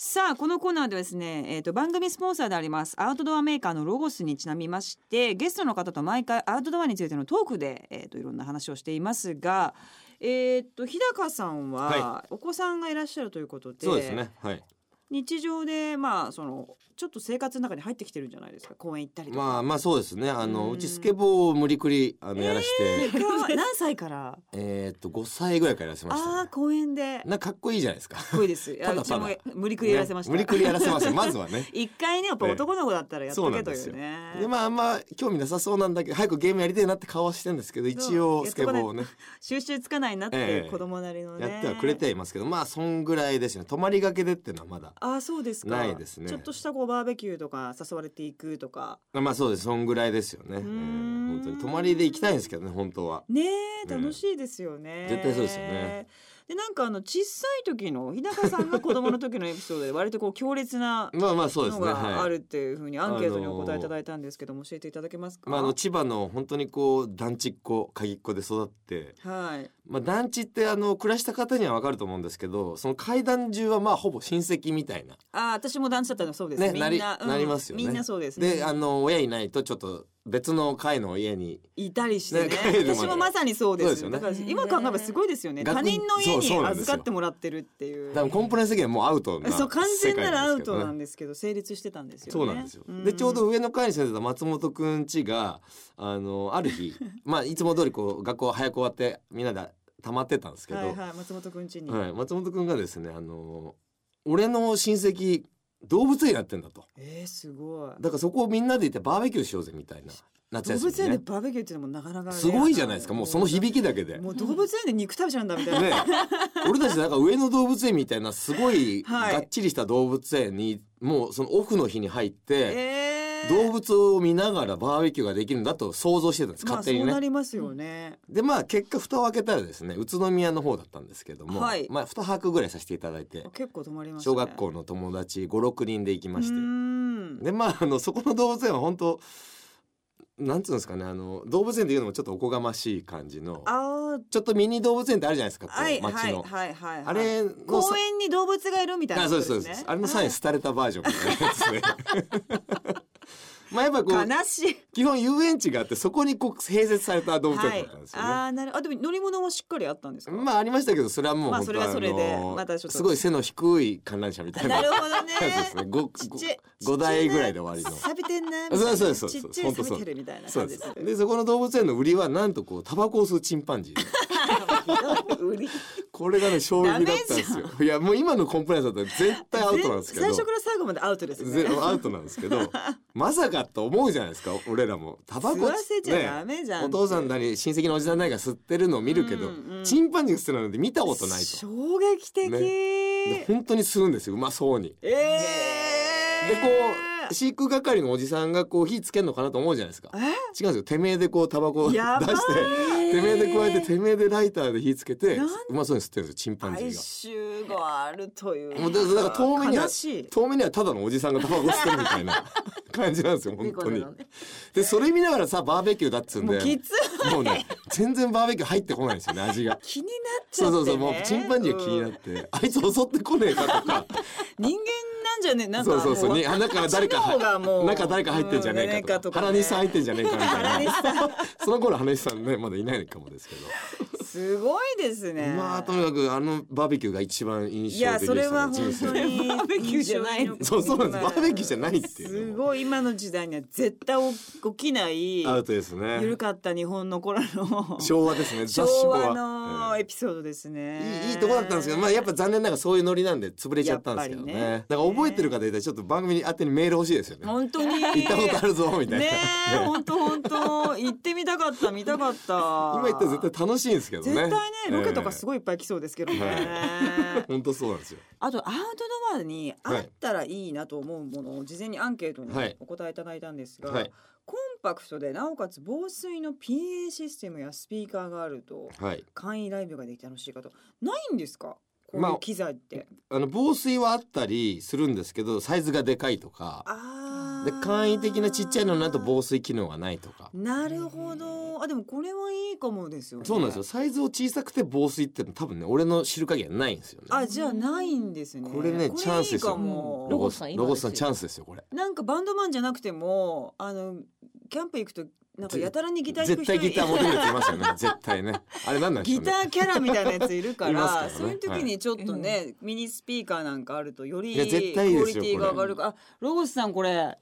Speaker 1: さあこのコーナーではですね、えー、と番組スポンサーでありますアウトドアメーカーのロゴスにちなみましてゲストの方と毎回アウトドアについてのトークで、えー、といろんな話をしていますが、えー、と日高さんは、
Speaker 2: は
Speaker 1: お子さんがいらっしゃるということで
Speaker 2: そうですね、はい。
Speaker 1: 日常で、まあ、そのちょっと生活の中に入ってきてるんじゃないですか公園行ったりとか。
Speaker 2: まあまあそうですねあ
Speaker 1: う
Speaker 2: の
Speaker 1: ん
Speaker 2: うちスケボーを無理くりあのやらして
Speaker 1: これは何歳から
Speaker 2: えーっと5歳ぐ *laughs* らいからやらせました
Speaker 1: あ
Speaker 2: ね
Speaker 1: ー公園で
Speaker 2: なんかかっこいいじゃないですか
Speaker 1: かっこいいです。いや
Speaker 2: ただ
Speaker 1: うちも
Speaker 2: ただ
Speaker 1: 無理くりやらせました。
Speaker 2: ね無理くりやら
Speaker 1: *laughs*
Speaker 2: せましたまずはね
Speaker 1: 一回ねやっぱ
Speaker 2: ええ
Speaker 1: 男の子だったらやっとけという
Speaker 2: そう
Speaker 1: ね。
Speaker 2: でまああんま興味なさそうなんだけど早くゲームやりたいなって顔はしてるんですけど一応
Speaker 1: そう
Speaker 2: スケボーをね
Speaker 1: 収集つかないなって
Speaker 2: え
Speaker 1: いう
Speaker 2: え
Speaker 1: 子供なりのね。
Speaker 2: やってはくれて。はいますけどまあそんぐらいですね泊まりがけでっていうのはまだ
Speaker 1: ああそうですか。
Speaker 2: ないですね
Speaker 1: ちょっとしたこうバーベキューとか誘われていくとか。
Speaker 2: まあそうですそんぐらいですよねえ
Speaker 1: ー
Speaker 2: ー
Speaker 1: ん
Speaker 2: 本当に泊まりで行きたいんですけどね本当は
Speaker 1: ねえ
Speaker 2: え
Speaker 1: 楽しいですよね。
Speaker 2: 絶対そうですよね。
Speaker 1: でなんかあの小さい時の日高さんが子供の時のエピソードで割とこう強烈な
Speaker 2: まあまあそうです
Speaker 1: の
Speaker 2: ね
Speaker 1: があ
Speaker 2: はい
Speaker 1: るっていうふうにアンケートにお答えいただいたんですけども教えていただけますか。
Speaker 2: まああの千葉の本当にこう団地っ子鍵っ子で育って
Speaker 1: はい。
Speaker 2: まあ、団地ってあの暮らした方には分かると思うんですけどその階段中はまあほぼ親戚みたいな
Speaker 1: ああ私も男子だったのそうです。
Speaker 2: ね
Speaker 1: みん
Speaker 2: なり
Speaker 1: な、うん
Speaker 2: なりますよね
Speaker 1: みんなそうですね。
Speaker 2: であの親いないとちょっと別の階の家に
Speaker 1: いたりしてね
Speaker 2: ね帰るまで
Speaker 1: 私もまさにそうです
Speaker 2: そうですよ
Speaker 1: だ
Speaker 2: ね
Speaker 1: から今考えればすごいですよね
Speaker 2: 学
Speaker 1: 他人の家
Speaker 2: そうそう
Speaker 1: に
Speaker 2: なんですよ
Speaker 1: 預かってもらってるっていう
Speaker 2: 多分コンプライアンス的にはもうアウトな
Speaker 1: そう完全ならアウ
Speaker 2: 世界
Speaker 1: トなん
Speaker 2: で
Speaker 1: ですけど成立してたんです
Speaker 2: すけ
Speaker 1: よね
Speaker 2: どねそうなんですよ、でちょうど上の階に住んでた松本くん家があのある日 *laughs* まあいつも通りこう学校早く終わってみんなで溜まってたんですけど、
Speaker 1: は
Speaker 2: はいい
Speaker 1: はい松本くん家に、
Speaker 2: 松本くんがですねあの俺の親戚動物園やってんだと
Speaker 1: えー、すごい
Speaker 2: だからそこをみんなで行ってバーベキューしようぜみたいな夏
Speaker 1: 動
Speaker 2: 休み、ね、
Speaker 1: 物園でバーベキューっていうのもなかなかね、
Speaker 2: すごいじゃないですかもうその響きだけで。ね
Speaker 1: もう動物園で肉食べちゃうんだ
Speaker 2: *laughs*
Speaker 1: みたいな、
Speaker 2: 俺たちなんか上野動物園みたいなすごい
Speaker 1: はい
Speaker 2: がっちりした動物園にもうそのオフの日に入って
Speaker 1: えね
Speaker 2: 動物を見ながらバーベキューができるんだと想像してたんです
Speaker 1: まあ
Speaker 2: 勝手に
Speaker 1: そう
Speaker 2: ね
Speaker 1: な。りますよね、
Speaker 2: でまあ結果蓋を開けたらですね宇都宮の方だったんですけども、
Speaker 1: はい
Speaker 2: まあ2泊ぐらいさせていただいて
Speaker 1: 結構止まりますね
Speaker 2: 小学校の友達56人で行きまし
Speaker 1: うー
Speaker 2: て
Speaker 1: ん
Speaker 2: でまああのそこの動物園は本当なんつうんですかねあの動物園でいうのもちょっとおこがましい感じの
Speaker 1: あー
Speaker 2: ちょっとミニ動物園ってあるじゃないですかこう
Speaker 1: はいはい
Speaker 2: 街の、
Speaker 1: はいはいはい
Speaker 2: あれの
Speaker 1: 公園に動物がいるみたいな
Speaker 2: あ
Speaker 1: こ
Speaker 2: そ
Speaker 1: とで
Speaker 2: うですそう
Speaker 1: す
Speaker 2: です
Speaker 1: ね
Speaker 2: あれのサイン廃れたバージョンみたいなやつね *laughs* まあやっぱこう
Speaker 1: 悲しい
Speaker 2: 基本遊園地があってそこにこう併設された動物園だったんですよね、
Speaker 1: はい、ああなるあでも乗り物もしっかりあったんですか、
Speaker 2: まあありましたけどそれはもう
Speaker 1: まあ
Speaker 2: 本
Speaker 1: そ
Speaker 2: 当
Speaker 1: れはそれで
Speaker 2: あの
Speaker 1: またちょっと
Speaker 2: すごい背の低い観覧車みたいな
Speaker 1: な
Speaker 2: や
Speaker 1: るほどね
Speaker 2: つですねごご
Speaker 1: ちっちゃい
Speaker 2: 五台ぐらいで終わりの。
Speaker 1: 錆びてんな
Speaker 2: そうそうそう
Speaker 1: ち
Speaker 2: そ
Speaker 1: っ
Speaker 2: う
Speaker 1: ちゃい錆びてるみたいな
Speaker 2: そう
Speaker 1: 感
Speaker 2: で
Speaker 1: じですす
Speaker 2: でそこの動物園の売りはなんとこうタバコを吸うチン
Speaker 1: *laughs*
Speaker 2: パンジー
Speaker 1: 売り
Speaker 2: これがね衝撃だったんですよいやもう今のコンプライアンスだったら絶対アウトなんですけど
Speaker 1: 最初から最後までアウトですね
Speaker 2: ぜアウトなんで
Speaker 1: *laughs*
Speaker 2: すけどまさかと思うじゃないですか俺らもタバ
Speaker 1: 吸
Speaker 2: コ
Speaker 1: わせちゃダ
Speaker 2: ね
Speaker 1: メじゃん、
Speaker 2: お父さんなり親戚のおじさんなりが吸ってるのを見るけど、
Speaker 1: うんうん
Speaker 2: チンパンジーが吸ってるなんて見たことないと
Speaker 1: 衝撃的、
Speaker 2: ねで本当に吸うんですようまそうに。
Speaker 1: ええ
Speaker 2: でこう飼育係のおじさんがこう火つけるのかなと思うじゃないですか違うんですよてめえでこうタバコを出
Speaker 1: や
Speaker 2: して
Speaker 1: ばい
Speaker 2: てめえで加えててめえでライターで火つけて
Speaker 1: なん
Speaker 2: うまそうに吸ってるんですよチンパンジ
Speaker 1: 哀
Speaker 2: ーが。
Speaker 1: 愁があるという
Speaker 2: もうだからだから遠目には
Speaker 1: 悲しい
Speaker 2: 遠目にはただのおじさんがタバコ吸ってるみたいな感じなんですよ本
Speaker 1: *laughs* 猫
Speaker 2: 当に
Speaker 1: なの。ね
Speaker 2: でそれ見ながらさバーベキューだっつうん
Speaker 1: も
Speaker 2: で
Speaker 1: うきつ
Speaker 2: もうね全然バーベキュー入ってこないんですよね味が。
Speaker 1: 気になっちゃ
Speaker 2: そ
Speaker 1: って、ね、
Speaker 2: うそうそうもうチンパンジーが気にな
Speaker 1: う
Speaker 2: っ
Speaker 1: ん
Speaker 2: て、あいつ襲ってこねえか
Speaker 1: *laughs*
Speaker 2: とか
Speaker 1: 人間なんじゃねなんか
Speaker 2: そうそうそう
Speaker 1: も
Speaker 2: にあ中誰か
Speaker 1: 知能がもう
Speaker 2: 中誰か入ってんじゃねえかとか
Speaker 1: うん
Speaker 2: 原
Speaker 1: ね
Speaker 2: 西さん入ってんじゃねえかみたい
Speaker 1: 原西
Speaker 2: なその頃原西さんねまだいないかもですけど
Speaker 1: すごいですね
Speaker 2: まあとにかくあのバーベキューが一番
Speaker 1: い
Speaker 2: 印象
Speaker 1: や
Speaker 2: 的で
Speaker 1: それ
Speaker 2: した
Speaker 1: は
Speaker 2: ね
Speaker 1: 本
Speaker 2: 人
Speaker 1: 当
Speaker 2: 生で
Speaker 1: にバーベキューじゃない
Speaker 2: そうそうなんですバーベキューじゃないっていう
Speaker 1: す
Speaker 2: のも
Speaker 1: ごい今の時代には絶対起きない
Speaker 2: アウトです
Speaker 1: 緩
Speaker 2: ね
Speaker 1: かった日本の頃の
Speaker 2: 昭和ですね雑誌
Speaker 1: 昭
Speaker 2: も
Speaker 1: 和の
Speaker 2: え
Speaker 1: エピソードですね、
Speaker 2: えいいいいとこだったんですけどまあやっぱ残念ながらそういうノリなんで潰れちゃったんですけどね
Speaker 1: やっぱりね
Speaker 2: だから覚えてる方いたらちょっと番組に宛てにメール欲しいですよね行っ
Speaker 1: 本当に行
Speaker 2: た *laughs* ことあるぞみたいな、
Speaker 1: ねえ本当本当行ってみたかった見たかった
Speaker 2: 今言ったら絶対楽しいんですけどね
Speaker 1: 絶対ねロケとかす
Speaker 2: ご
Speaker 1: ご
Speaker 2: い、
Speaker 1: いいっぱい来そうですけどね、
Speaker 2: はい本当そうなんですよ
Speaker 1: *laughs* あとアウトドアにあったらいいなと思うものを事前にアンケートに
Speaker 2: はい
Speaker 1: お答えいただいたんですが、
Speaker 2: はい
Speaker 1: コンパクトでなおかつ防水の PA システムやスピーカーがあると
Speaker 2: はい
Speaker 1: 簡易ライブができて楽しいかとないんですかこうい
Speaker 2: まあ
Speaker 1: う機材って、
Speaker 2: あの防水はあったりするんですけどサイズがでかいとか
Speaker 1: あ
Speaker 2: で
Speaker 1: ー
Speaker 2: 簡易的なちっちゃいのになると防水機能がないとか
Speaker 1: なるほどあでもこれはいいかもですよね
Speaker 2: そうなんですよサイズを小さくて防水って多分ね俺の知る限りはないんですよね
Speaker 1: あじゃあないんですね
Speaker 2: これねチャンスですよ
Speaker 1: いいかも
Speaker 2: ロ
Speaker 3: ロゴ
Speaker 2: ゴ
Speaker 3: スさ
Speaker 2: ス
Speaker 3: ん
Speaker 2: ロゴスさん
Speaker 3: 今です
Speaker 2: チャンスですよこれ
Speaker 1: なんかバンドマンじゃなくてもあのキャンプ行くとなんかやたらにギター弾く
Speaker 2: 絶
Speaker 1: 人
Speaker 2: 対ギター持って
Speaker 1: い
Speaker 2: くるやついますよね絶対ねあれなんなんでし
Speaker 1: ギ
Speaker 2: ょう
Speaker 1: タ
Speaker 2: ね
Speaker 1: ーキャラみたいなやついるか
Speaker 2: い
Speaker 1: ら
Speaker 2: ますからね
Speaker 1: そういう時にちょっとね、ミニスピーカーなんかあるとより
Speaker 2: い
Speaker 1: クオ
Speaker 2: や
Speaker 1: リテ
Speaker 2: 絶対いいですよ
Speaker 1: ィが上がるかあロゴスさんこれ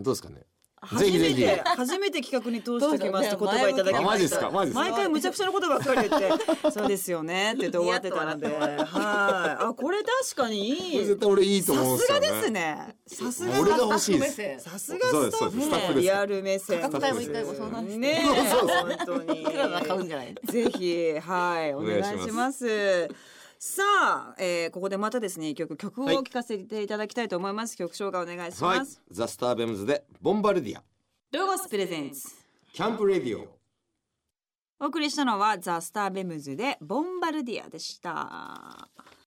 Speaker 2: どうですかね
Speaker 1: 初
Speaker 2: ぜ
Speaker 1: めて
Speaker 2: ひぜひ
Speaker 1: 初めて企画に通しておきますと言葉いただきました
Speaker 2: あマジですかマジです
Speaker 1: 毎
Speaker 2: か
Speaker 1: 回むちゃくちゃなことばっかり言
Speaker 2: *laughs*
Speaker 1: って「そうですよね」って言って終わってたのではいあこれ確かに
Speaker 2: これ
Speaker 1: いい
Speaker 2: 絶対俺いいと思うん
Speaker 1: さ
Speaker 2: で
Speaker 1: すが
Speaker 2: すよね
Speaker 1: ですねさすが
Speaker 2: 俺が欲しいで
Speaker 3: 目
Speaker 2: す
Speaker 3: 線
Speaker 1: さすが
Speaker 2: そうで
Speaker 1: ス
Speaker 2: す
Speaker 1: タ
Speaker 2: そうですスタッ
Speaker 1: ッ
Speaker 2: フ
Speaker 1: フ
Speaker 2: で
Speaker 1: ね
Speaker 2: す
Speaker 1: リアル目線
Speaker 3: 価格
Speaker 2: 帯も一回ご
Speaker 3: 相談して
Speaker 1: ねえ
Speaker 2: そうそう
Speaker 1: 本当に
Speaker 3: いくらなら買うんじゃない
Speaker 1: ぜひはいお願いし
Speaker 2: お
Speaker 1: ま
Speaker 2: 願
Speaker 1: す。さあ、えー、ここでまたですね一曲曲を
Speaker 2: はい
Speaker 1: 聴かせていただきたいと思います、曲紹介お願いし
Speaker 2: はい
Speaker 1: ます、
Speaker 2: ザ・スター・ベムズでボンバルディア
Speaker 1: ロゴスプレゼンツ
Speaker 2: キャンプレディオ
Speaker 1: お送りしたのはザ・スター・ベムズでボンバルディアでした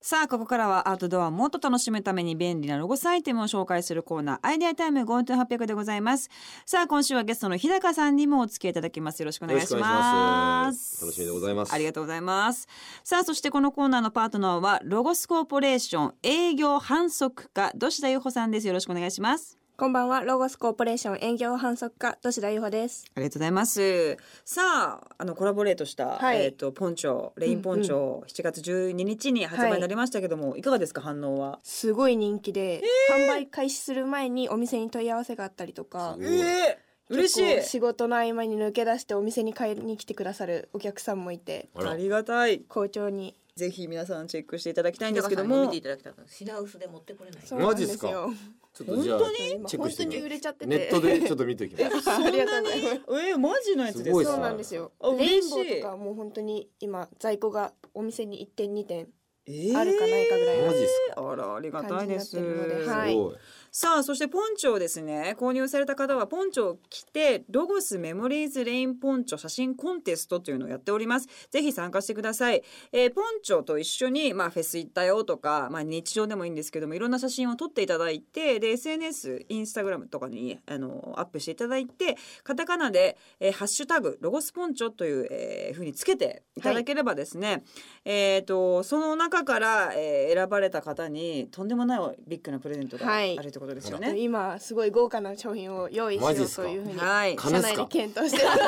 Speaker 1: さあここからはアウトドアをもっと楽しむために便利なロゴスアイテムを紹介するコーナーアイデアタイム GoTo800 でございますさあ今週はゲストの日高さんにもお付き合いいただきますよろしくお願いします
Speaker 2: よろしくお願いします楽しみでございます
Speaker 1: ありがとうございますさあそしてこのコーナーのパートナーはロゴスコーポレーション営業販促課土師田優穂さんですよろしくお願いします
Speaker 4: こんばんは、ロゴスコーポレーション営業販促課、土田由穂です。
Speaker 1: ありがとうございます。さあ、あのコラボレートした、
Speaker 4: はい
Speaker 1: えっ、とポンチョ、レインポンチョ、7月12日に発売になりましたけども、い、かがですか反応は？
Speaker 4: すごい人気で、販売開始する前にお店に問い合わせがあったりとか
Speaker 2: す、ごいえ
Speaker 1: 嬉し
Speaker 4: 結構
Speaker 1: い。
Speaker 4: 仕事の合間に抜け出してお店に買いに来てくださるお客さんもいて、
Speaker 2: あら
Speaker 1: ありがたい。
Speaker 4: 好調に。
Speaker 1: ぜひ皆さんチェックしていただきたいんですけど
Speaker 3: けども見
Speaker 1: も
Speaker 3: てい、ただきたかった品薄で持ってこれない
Speaker 4: そうなん
Speaker 2: マ
Speaker 4: で
Speaker 2: ジっす
Speaker 4: すよ
Speaker 2: か。ちょっとじゃあ
Speaker 1: 本当
Speaker 4: 今
Speaker 2: チェック
Speaker 4: 本
Speaker 2: して
Speaker 4: 当
Speaker 2: み
Speaker 4: に
Speaker 2: よ
Speaker 4: 売
Speaker 2: う
Speaker 4: れちゃってて。
Speaker 2: ネットでちょっと見ておきます
Speaker 4: *laughs* ありがとうございます。
Speaker 1: えマジのやつですか？
Speaker 2: ごいっす
Speaker 4: そう
Speaker 2: ね
Speaker 4: なんですよ
Speaker 1: あ。嬉しい
Speaker 4: レインボーとかもう本当に今在庫がお店に1点2点
Speaker 1: えー
Speaker 4: あるかないかぐらい
Speaker 2: マジっす
Speaker 1: あらありがたいです。
Speaker 4: 感じになってるので
Speaker 2: か
Speaker 4: はい
Speaker 2: すごい
Speaker 1: さあそしてポンチョをですね購入された方はポンチョを着てロゴスメモリーズレインポンチョ写真コンテストというのをやっておりますぜひ参加してください、えーポンチョと一緒に、まあ、フェス行ったよとか、まあ、日常でもいいんですけどもいろんな写真を撮っていただいてで SNS インスタグラムとかにあのアップしていただいてカタカナで、えーハッシュタグロゴスポンチョという、えー、ふうにつけていただければですね、えー、とその中から、えー選ばれた方にとんでもないビッグなプレゼントが
Speaker 4: はい
Speaker 1: あるってことですよ
Speaker 4: ちょっと
Speaker 1: ね。
Speaker 4: 今すごい豪華な商品を用意しよ
Speaker 2: マジっ
Speaker 4: う
Speaker 2: すか
Speaker 4: というふうに
Speaker 1: はい、
Speaker 2: か
Speaker 4: 社内で検討してるので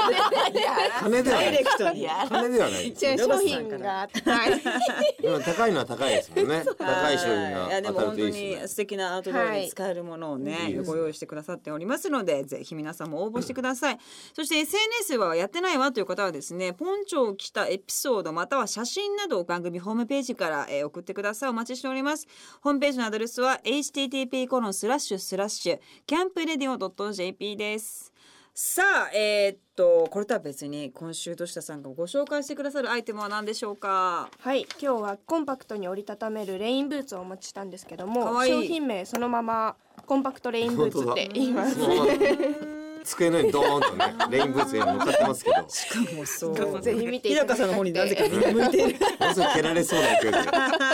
Speaker 2: 金では
Speaker 1: ダ
Speaker 2: な
Speaker 1: イレ
Speaker 2: い
Speaker 1: クトに。
Speaker 3: や
Speaker 2: 金ではない
Speaker 4: 一応商品がはい
Speaker 2: でも高いのは高いですもん
Speaker 4: *laughs*
Speaker 2: ね高い商品
Speaker 1: はいやで
Speaker 2: が
Speaker 1: も
Speaker 2: 当た
Speaker 1: 本
Speaker 2: る
Speaker 1: 当
Speaker 2: といいですよ
Speaker 1: に
Speaker 2: ね
Speaker 1: 素敵なアートドアに使えるものをね、
Speaker 2: はいいいですね
Speaker 1: ご用意してくださっておりますのでぜひ皆さんも応募してください、そして SNS はやってないわという方はですねポンチョを着たエピソードまたは写真などを番組ホームページから、えー送ってくださいお待ちしておりますホームページのアドレスは http コロンスラッシュスラッシュキャンプレディオ .jp ですさあえーっとこれとは別に今週としたさんがご紹介してくださるアイテムは何でしょうか
Speaker 4: はい、今日はコンパクトに折りたためるレインブーツをお持ちしたんですけど
Speaker 1: か
Speaker 4: も
Speaker 1: わいい
Speaker 4: 商品名そのままコンパクトレインブーツって言います
Speaker 2: 本当だ机の上にドーンとねレインブーツが今乗っかってますけど
Speaker 1: しかもそう
Speaker 4: そうぜひ見てい
Speaker 1: 日
Speaker 4: ただ
Speaker 1: 高さん
Speaker 4: きたくて
Speaker 1: の方になぜかみんな向いている
Speaker 2: ものすごい蹴られそうな勢いでね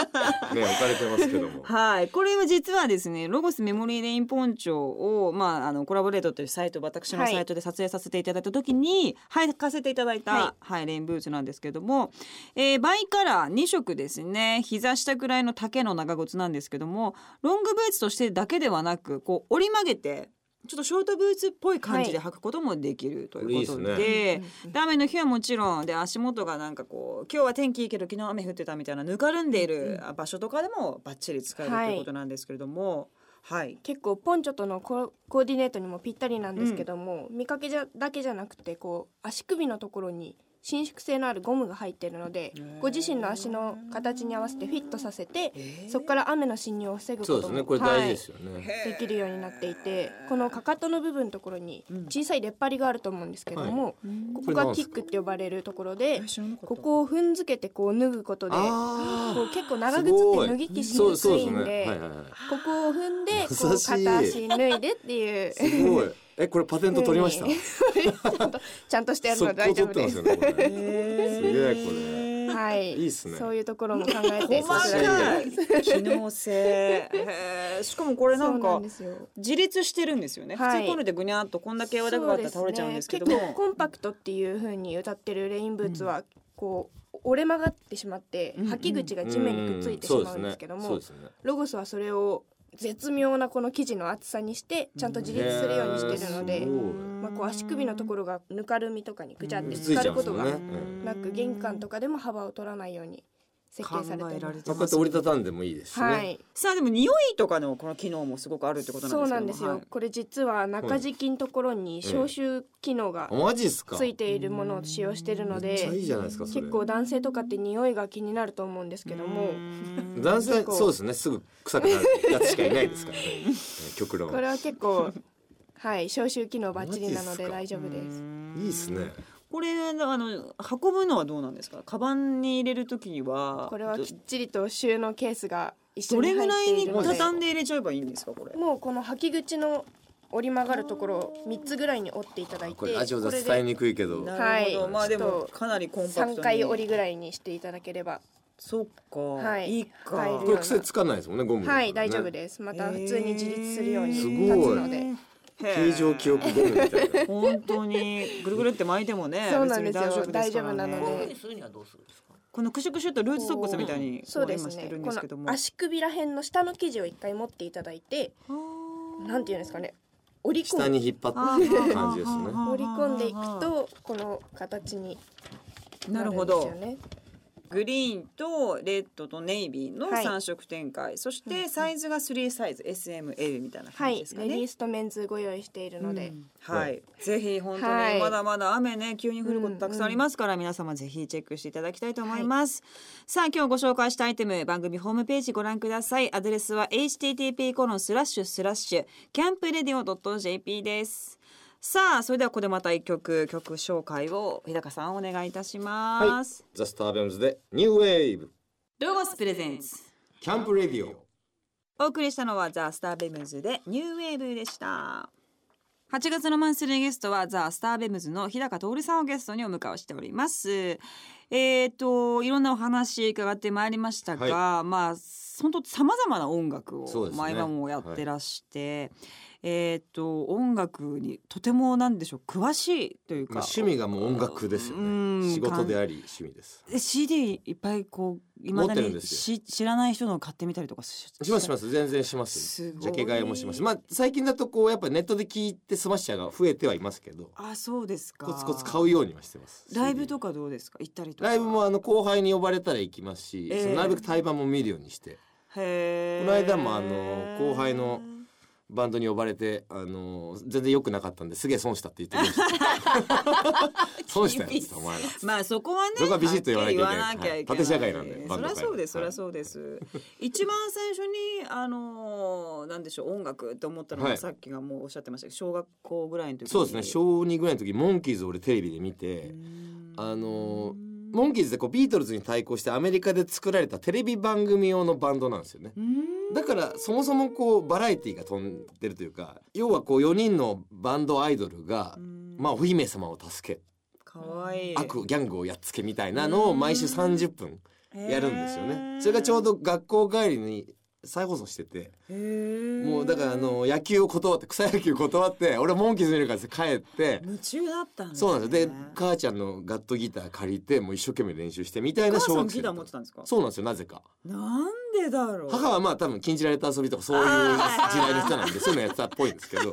Speaker 2: 置かれてますけど
Speaker 1: *laughs*
Speaker 2: も
Speaker 1: はいこれは実はですねロゴスメモリーレインポンチョを、まあ、あのコラボレートというサイト私の
Speaker 4: はい
Speaker 1: サイトで撮影させていただいた時に履かせていただいた、は
Speaker 4: はい
Speaker 1: レインブーツなんですけども、えーバイカラー2色ですね膝下くらいの丈の長靴なんですけどもロングブーツとしてだけではなくこう折り曲げてちょっとショートブーツっぽい感じで履くこともできるということで。
Speaker 2: これいいです
Speaker 1: で雨の日はもちろんで足元がなんかこう今日は天気いいけど昨日雨降ってたみたいなぬかるんでいる場所とかでもバッチリ使えると
Speaker 4: はい
Speaker 1: いうことなんですけれどもはい、
Speaker 4: *laughs* 結構ポンチョとのココーディネートにもぴったりなんですけども、見かけじゃだけじゃなくてこう足首のところに伸縮性のあるゴムが入っているので
Speaker 1: ー
Speaker 4: ご自身の足の形に合わせてフィットさせてそこから雨の侵入を防ぐこ
Speaker 2: そ
Speaker 4: と
Speaker 2: うで
Speaker 4: も
Speaker 2: すねこれ大事
Speaker 4: は
Speaker 2: で
Speaker 4: い
Speaker 2: すよね、
Speaker 1: へー
Speaker 4: できるようになっていてこのかかとの部分のところに
Speaker 1: うん
Speaker 4: 小さい出っ張りがあると思うんですけども、ここ
Speaker 2: これな
Speaker 4: が
Speaker 2: ん
Speaker 4: キ
Speaker 2: す
Speaker 4: ックって呼ばれるところで
Speaker 1: え知らなかった
Speaker 4: ここを踏んづけてこう脱ぐことでこ
Speaker 2: あ
Speaker 4: う結構
Speaker 2: あ
Speaker 4: 長靴って脱ぎ着し
Speaker 2: そう
Speaker 4: に
Speaker 2: そう
Speaker 4: く
Speaker 2: で
Speaker 4: い
Speaker 2: すね
Speaker 4: ん
Speaker 2: は
Speaker 4: で
Speaker 2: いはいはい
Speaker 4: ここを踏んでこ
Speaker 2: 優
Speaker 4: う
Speaker 2: しい
Speaker 4: 片足脱いでっていう
Speaker 2: すご
Speaker 4: *laughs*
Speaker 2: いえこれパテント取りました
Speaker 4: うんちゃんとしてやるの
Speaker 2: 速
Speaker 4: は
Speaker 2: 攻
Speaker 4: 大丈
Speaker 2: 取
Speaker 4: 夫
Speaker 2: って
Speaker 4: で
Speaker 2: ます
Speaker 4: す
Speaker 2: よ。ねこれね
Speaker 1: す
Speaker 2: げえ
Speaker 1: こ
Speaker 4: はい、
Speaker 2: いいっすね
Speaker 4: そういうところも考えて
Speaker 2: 細
Speaker 1: 細かい機能性へーしかもこれな
Speaker 4: そうんな
Speaker 1: か
Speaker 4: んですよ。
Speaker 1: 自立してるんですよね、
Speaker 4: はい
Speaker 1: 普通こういうのでぐにゃっとこんだけ柔らかかったら倒れちゃうんですけども、
Speaker 4: そうですね結構コンパクトっていう風に歌ってるレインブーツはこう折れ曲がってしまって
Speaker 1: うん
Speaker 4: 履き口が地面にくっついてしまうんですけど
Speaker 2: そう
Speaker 4: も
Speaker 2: ですねそうですね
Speaker 4: ロゴスはそれを絶妙なこの生地の厚さにしてちゃんと自立するようにしてるの
Speaker 2: へ
Speaker 4: で
Speaker 2: ー、
Speaker 4: まあ、こう足首のところがぬかるみとかにぐちゃって
Speaker 2: くっ
Speaker 4: つ
Speaker 2: つい
Speaker 4: か
Speaker 2: ちゃ
Speaker 4: る
Speaker 2: うん
Speaker 4: こ
Speaker 2: です
Speaker 4: と
Speaker 2: よ
Speaker 4: が
Speaker 2: ね、うん
Speaker 4: なく玄関とかでも幅を取らないように設計され
Speaker 1: 考え
Speaker 4: て
Speaker 1: ら
Speaker 4: ま
Speaker 1: れ
Speaker 4: す。
Speaker 1: て
Speaker 2: まあこうや
Speaker 1: ま
Speaker 2: って
Speaker 1: す
Speaker 2: 折りたたんでもいいですしね、
Speaker 4: はい、
Speaker 1: さあでも匂いとかのこの機能もすごくあるってこと
Speaker 4: そうな
Speaker 1: なん
Speaker 4: ん
Speaker 1: で
Speaker 4: ですす
Speaker 1: けども
Speaker 4: よ、これ実は中敷きのところに消臭機能が
Speaker 2: あマジっすか
Speaker 4: ついているものを使用しているの
Speaker 2: めっちゃいい
Speaker 4: で
Speaker 2: じゃないですかそれ
Speaker 4: 結構男性とかって匂いが気になると思うんですけども
Speaker 2: 男性
Speaker 4: 結構
Speaker 2: そうですねすぐ臭くなるやつしかいないですから
Speaker 4: *laughs*
Speaker 2: ねえー極論
Speaker 4: これは結構はい消臭機能バッチリなの
Speaker 2: マジっ
Speaker 4: です
Speaker 2: か
Speaker 4: 大丈夫です
Speaker 2: いいですね
Speaker 1: これあの運ぶのはどうなんですかカバンに入れるときには
Speaker 4: これは
Speaker 1: ど
Speaker 4: きっちりと収納ケースが一緒
Speaker 1: ど
Speaker 4: に
Speaker 1: れぐ
Speaker 4: 入
Speaker 1: ら
Speaker 4: っ
Speaker 1: い
Speaker 4: てい
Speaker 1: に
Speaker 4: るので
Speaker 1: 畳んで入れちゃえばいいんですかこれ
Speaker 4: もうこの履き口の折り曲がるところを3つぐらいに折っていただいて
Speaker 2: これラジオだ
Speaker 4: これ
Speaker 2: と
Speaker 4: で
Speaker 2: 伝えにくいけど
Speaker 1: な
Speaker 4: は
Speaker 1: るほど、まあでもかなりコンパクトに
Speaker 4: 3回折りぐらいにしていただければ
Speaker 1: そっか、
Speaker 4: はい
Speaker 1: いいか
Speaker 4: 入る
Speaker 2: これ癖つかないですもんねゴムだからね
Speaker 4: はい大丈夫ですまた普通に自立するように
Speaker 2: す
Speaker 4: 立つ
Speaker 2: ごい
Speaker 4: ので、
Speaker 1: へー
Speaker 2: 形状記憶ゴムみたいな
Speaker 1: 本当にぐるぐるって巻いてもね
Speaker 4: そうなんですよ
Speaker 1: 別にからね
Speaker 4: 大丈夫な
Speaker 3: こうい
Speaker 4: の
Speaker 3: う
Speaker 4: で
Speaker 3: 風にするにはどうするんですか。
Speaker 1: このクシュクシュっとルーズソックスみたいに
Speaker 4: そうです
Speaker 1: こ今して
Speaker 4: ね
Speaker 1: るんで
Speaker 4: こ
Speaker 1: すけども
Speaker 4: の足首ら辺の下の生地を一回持っていただいてなんていうんですかね折り
Speaker 2: 下
Speaker 4: 込ん
Speaker 2: に引っ張っていく感じですね
Speaker 1: あー
Speaker 4: 折り込んでいくとこの形に
Speaker 1: な
Speaker 4: な
Speaker 1: る
Speaker 4: る
Speaker 1: ほ
Speaker 4: ん
Speaker 1: ど
Speaker 4: ですよね
Speaker 1: グリーンとレッドとネイビーの
Speaker 4: はい
Speaker 1: 三色展開、そし
Speaker 4: うんう
Speaker 1: て
Speaker 4: ん
Speaker 1: サイズが3サイズ SML みたいな
Speaker 4: は
Speaker 1: 感じ
Speaker 4: い
Speaker 1: ですか
Speaker 4: レディ
Speaker 1: ね
Speaker 4: ー。スとメンズご用意しているの
Speaker 1: う
Speaker 4: で、
Speaker 1: んはい、ぜひ本当
Speaker 4: は
Speaker 1: に
Speaker 4: い
Speaker 1: まだまだ雨ね急に降ることたくさんありますから、皆様ぜひチェックしていただきたいと思います、さあ今日ご紹介したアイテム番組ホームページご覧くださいアドレスは http コロンスラッシュスラッシュキャンプレディオ .jp ですさあそれではここでまた一曲曲紹介を日高さんお願いいたします、
Speaker 2: ザ・スターベムズでニューウェーブ
Speaker 1: ロゴスプレゼンツ
Speaker 2: キャンプレディオ
Speaker 1: お送りしたのはザ・スターベムズでニューウェーブでした8月のマンスリーゲストはザ・スターベムズの日高徹さんをゲストにお迎えをしておりますえー、といろんなお話伺ってまいりましたが、まあ本当さまざまな音楽
Speaker 2: そう
Speaker 1: を
Speaker 2: ですね
Speaker 1: 毎晩もやってらして、えー、と音楽にとてもなんでしょう詳しいというか、
Speaker 2: まあ、趣味がもう音楽ですよ
Speaker 1: うん
Speaker 2: ね仕事であり趣味です
Speaker 1: え CD いっぱいこういまだ
Speaker 2: 持ってるん
Speaker 1: に
Speaker 2: です
Speaker 1: し知らない人の買ってみたりとかし
Speaker 2: しますしますす全然します
Speaker 1: すごい
Speaker 2: ジャケ買いもしますまあ最近だとこうやっぱネットで聞いて済ましちゃうが増えてはいますけど
Speaker 1: あそうですか
Speaker 2: コツコツ買うようにはしてます
Speaker 1: ライブと
Speaker 2: か
Speaker 1: かどうですか行ったりとか
Speaker 2: ライブもあの後輩に呼ばれたら行きますし、
Speaker 1: ええ
Speaker 2: そのなるべく対バンも見るようにして
Speaker 1: へー
Speaker 2: この間もあの後輩のバンドに呼ばれてあの全然良くなかったんですげえ損したって言ってきました
Speaker 1: *laughs*
Speaker 2: 損したやつお前ら
Speaker 1: まあそこはね
Speaker 2: そこはビシッと言わなきゃいけない
Speaker 1: はっきり言わきゃいけ
Speaker 2: はい縦社会なんで
Speaker 1: そ
Speaker 2: バン
Speaker 1: り
Speaker 2: ド
Speaker 1: ゃ
Speaker 2: 界
Speaker 1: そうですそり
Speaker 2: は
Speaker 1: ゃ
Speaker 2: い
Speaker 1: そうです一番最初にあのーなんでしょう音楽と思ったの
Speaker 2: は
Speaker 1: が
Speaker 2: い
Speaker 1: さっきがもうおっしゃってましたけど小学校ぐらいの時に
Speaker 2: そうですね小2ぐらいの時モンキーズを俺テレビで見てあのモンキーズってこうビートルズに対抗してアメリカで作られたテレビ番組用のバンドなんですよね
Speaker 1: うーん
Speaker 2: だからそもそもこうバラエティが飛んでるというか要はこう4人のバンドアイドルが、まあ、お姫様を助け
Speaker 1: かわいい
Speaker 2: 悪ギャングをやっつけみたいなのを毎週30分やるんですよね。それがちょうど学校帰りに再放送してても
Speaker 1: も
Speaker 2: うだからあの野球を断って草野球断って俺モンキーズ見るから帰って
Speaker 1: 夢中だったんですね
Speaker 2: そうなんですよで母ちゃんのガットギター借りてもう一生懸命練習してみたい
Speaker 1: お
Speaker 2: な
Speaker 1: 母
Speaker 2: 小
Speaker 1: さん
Speaker 2: 学
Speaker 1: ギ
Speaker 2: 生
Speaker 1: タ
Speaker 2: だ
Speaker 1: ー
Speaker 2: っ
Speaker 1: 持ったてたんですか
Speaker 2: そうなんですよなぜか
Speaker 1: なんでだろう
Speaker 2: 母はまあ多分禁じられた遊びとかそういう時代の人なんでそういうのやってたっぽいんですけ *laughs* ど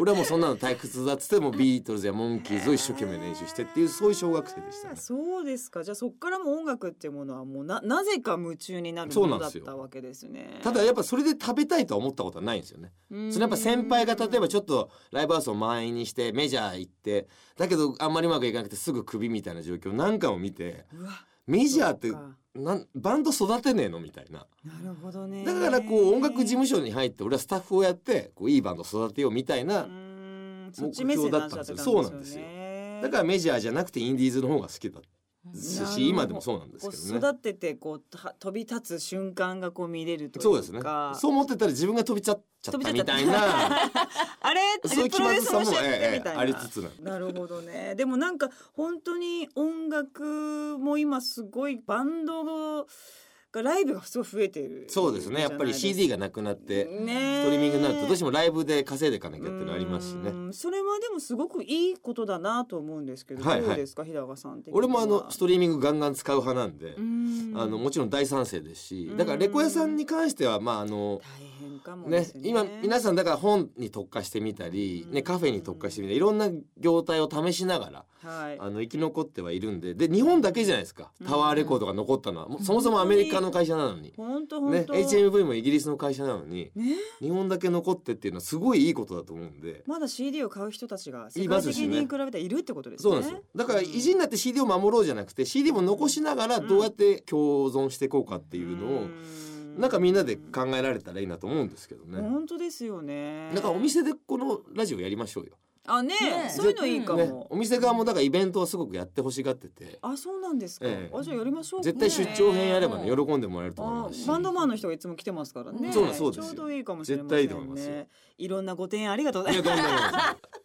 Speaker 2: 俺はもうそんなの退屈だっつってもうビートルズやモンキーズを一生懸命練習してっていうそういう小学生でしたね。
Speaker 1: そうですかじゃあそこからもう音楽っていうものはもうななぜか夢中になる
Speaker 2: そ
Speaker 1: も
Speaker 2: う
Speaker 1: の
Speaker 2: なん
Speaker 1: だ
Speaker 2: で
Speaker 1: っ
Speaker 2: すよ
Speaker 1: たわけですね
Speaker 2: ただやっぱそれで食べたいとは思ったことはないんですよね。
Speaker 1: それ
Speaker 2: そのやっぱ先輩が例えばちょっとライブハウスを満員にしてメジャー行ってだけどあんまりうまくいかなくてすぐクビみたいな状況なんかを見て
Speaker 1: うわ
Speaker 2: メジャーって
Speaker 1: そか
Speaker 2: なんバンド育てねえのみたいな
Speaker 1: なるほどね
Speaker 2: だからこう音楽事務所に入って俺はスタッフをやってこういいバンド育てようみたいな
Speaker 1: うーんそっち目線になっちゃってたんです
Speaker 2: そ
Speaker 1: よ
Speaker 2: う
Speaker 1: ね
Speaker 2: なんですよだからメジャーじゃなくてインディーズの方が好きだ
Speaker 1: なるほど
Speaker 2: し今でもそうなんです
Speaker 1: こ
Speaker 2: け
Speaker 1: う
Speaker 2: どね
Speaker 1: 育ててこうた飛び立つ瞬間がこう見れるというか
Speaker 2: そうですねそう思ってたら自分が飛びちゃっちゃったみたい *laughs* な
Speaker 1: あれ
Speaker 2: そういう
Speaker 1: プ
Speaker 2: 気
Speaker 1: ロ
Speaker 2: ま
Speaker 1: レ
Speaker 2: ず
Speaker 1: スも
Speaker 2: さも
Speaker 1: しちゃっ
Speaker 2: え
Speaker 1: て
Speaker 2: ええ
Speaker 1: みたい
Speaker 2: え
Speaker 1: な
Speaker 2: ありつつなんで
Speaker 1: なるほどね。でもなんか本当に音楽も今すごいバンドがライブがすごい増えてる。
Speaker 2: そうですねやっぱり CD がなくなってストリーミングになるとどうしてもライブで稼いでいかなきゃっていうのありますしね。
Speaker 1: ね。それはでもすごくいいことだなと思うんですけど、
Speaker 2: はいはい
Speaker 1: どうですか日高さんって。
Speaker 2: 俺もあのストリーミングガンガン使う派なんで、あのもちろん大賛成ですしだからレコ屋さんに関してはまああの
Speaker 1: 大変かもで
Speaker 2: ね
Speaker 1: すね。
Speaker 2: 今皆
Speaker 1: さ
Speaker 2: さんだから本に特化してみたり、
Speaker 1: う
Speaker 2: ね、
Speaker 1: ん
Speaker 2: カフェに特化してみたりいろんな業態を試しながら
Speaker 1: んはい。
Speaker 2: あの生き残ってはいるんでで日本だけじゃないですかタワーレコードが残ったのはもうそもそもアメリカの会社なのに。
Speaker 1: 本当
Speaker 2: ね
Speaker 1: 本、当。
Speaker 2: HMV もイギリスの会社なのに
Speaker 1: ね
Speaker 2: 日本だけ残ってっていうのはすごいいいことだと思うんで
Speaker 1: まだ CD を買う人たちが世
Speaker 2: い
Speaker 1: 界
Speaker 2: ま
Speaker 1: 的
Speaker 2: すし
Speaker 1: に
Speaker 2: ね
Speaker 1: 比べたらいるってことですね。
Speaker 2: そうなんですよだから意地になって CD を守ろうじゃなくて CD も残しながらどうやって共存していこうかっていうのを
Speaker 1: うん
Speaker 2: なんかみんなで考えられたらいいなと思うんですけどね
Speaker 1: 本当ですよね。
Speaker 2: なんかお店でこのラジオやりましょうよ、
Speaker 1: あね
Speaker 3: ねえ
Speaker 1: そういうのいいかも。
Speaker 2: ね、お店側もだからイベントはすごくやってほしがってて
Speaker 1: あそうなんですか。
Speaker 2: ええ
Speaker 1: あじゃあやりましょうか
Speaker 2: 絶対出張編やればね
Speaker 3: ね
Speaker 2: 喜んでもらえると思い
Speaker 1: あ
Speaker 2: ますし
Speaker 1: バンドマンの人がいつも来てますからね。
Speaker 2: そうですそうです
Speaker 1: ちょうどいいかもしれませんね。
Speaker 2: 絶対いいと思いますよ
Speaker 1: いろんなご提案あり
Speaker 2: *laughs*
Speaker 1: がとうござ
Speaker 2: い
Speaker 1: い
Speaker 2: や
Speaker 1: ま
Speaker 2: どんどんどんどん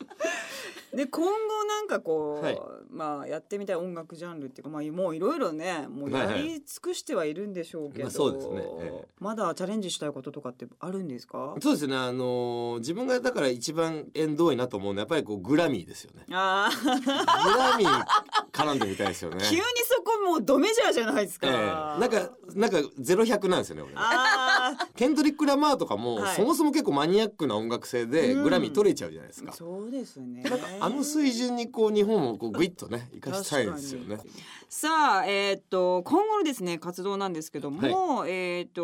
Speaker 1: す。で今後なんかこう、
Speaker 2: はい
Speaker 1: まあやってみたい音楽ジャンルっていうかまあもういろいろねもうや
Speaker 2: はいは
Speaker 1: り尽くしてはいるんでしょうけど。
Speaker 2: まあそうですねええ
Speaker 1: まだチャレンジしたいこととかってあるんですか。
Speaker 2: そうですねあのー自分がだから一番縁遠いなと思うのはやっぱりこうグラミーですよ
Speaker 1: *laughs*
Speaker 2: ね
Speaker 1: ああ
Speaker 2: グラミー絡んでみたいですよね
Speaker 1: 急にそこもうドメジャーじゃないです
Speaker 2: え
Speaker 1: か。
Speaker 2: えなんかなんかゼロ百なんですよね俺ね
Speaker 1: ああ
Speaker 2: ケントリック・ラマーとかも、
Speaker 1: はい
Speaker 2: そもそも結構マニアックな音楽性で
Speaker 1: うん
Speaker 2: グラミー取れちゃうじゃないですか、
Speaker 1: そうですね。
Speaker 2: なんかあの水準にこう日本をこうグイッとね生かしたいですよね
Speaker 1: 確かにさあ、えーっと今後のですね活動なんですけども、えーっと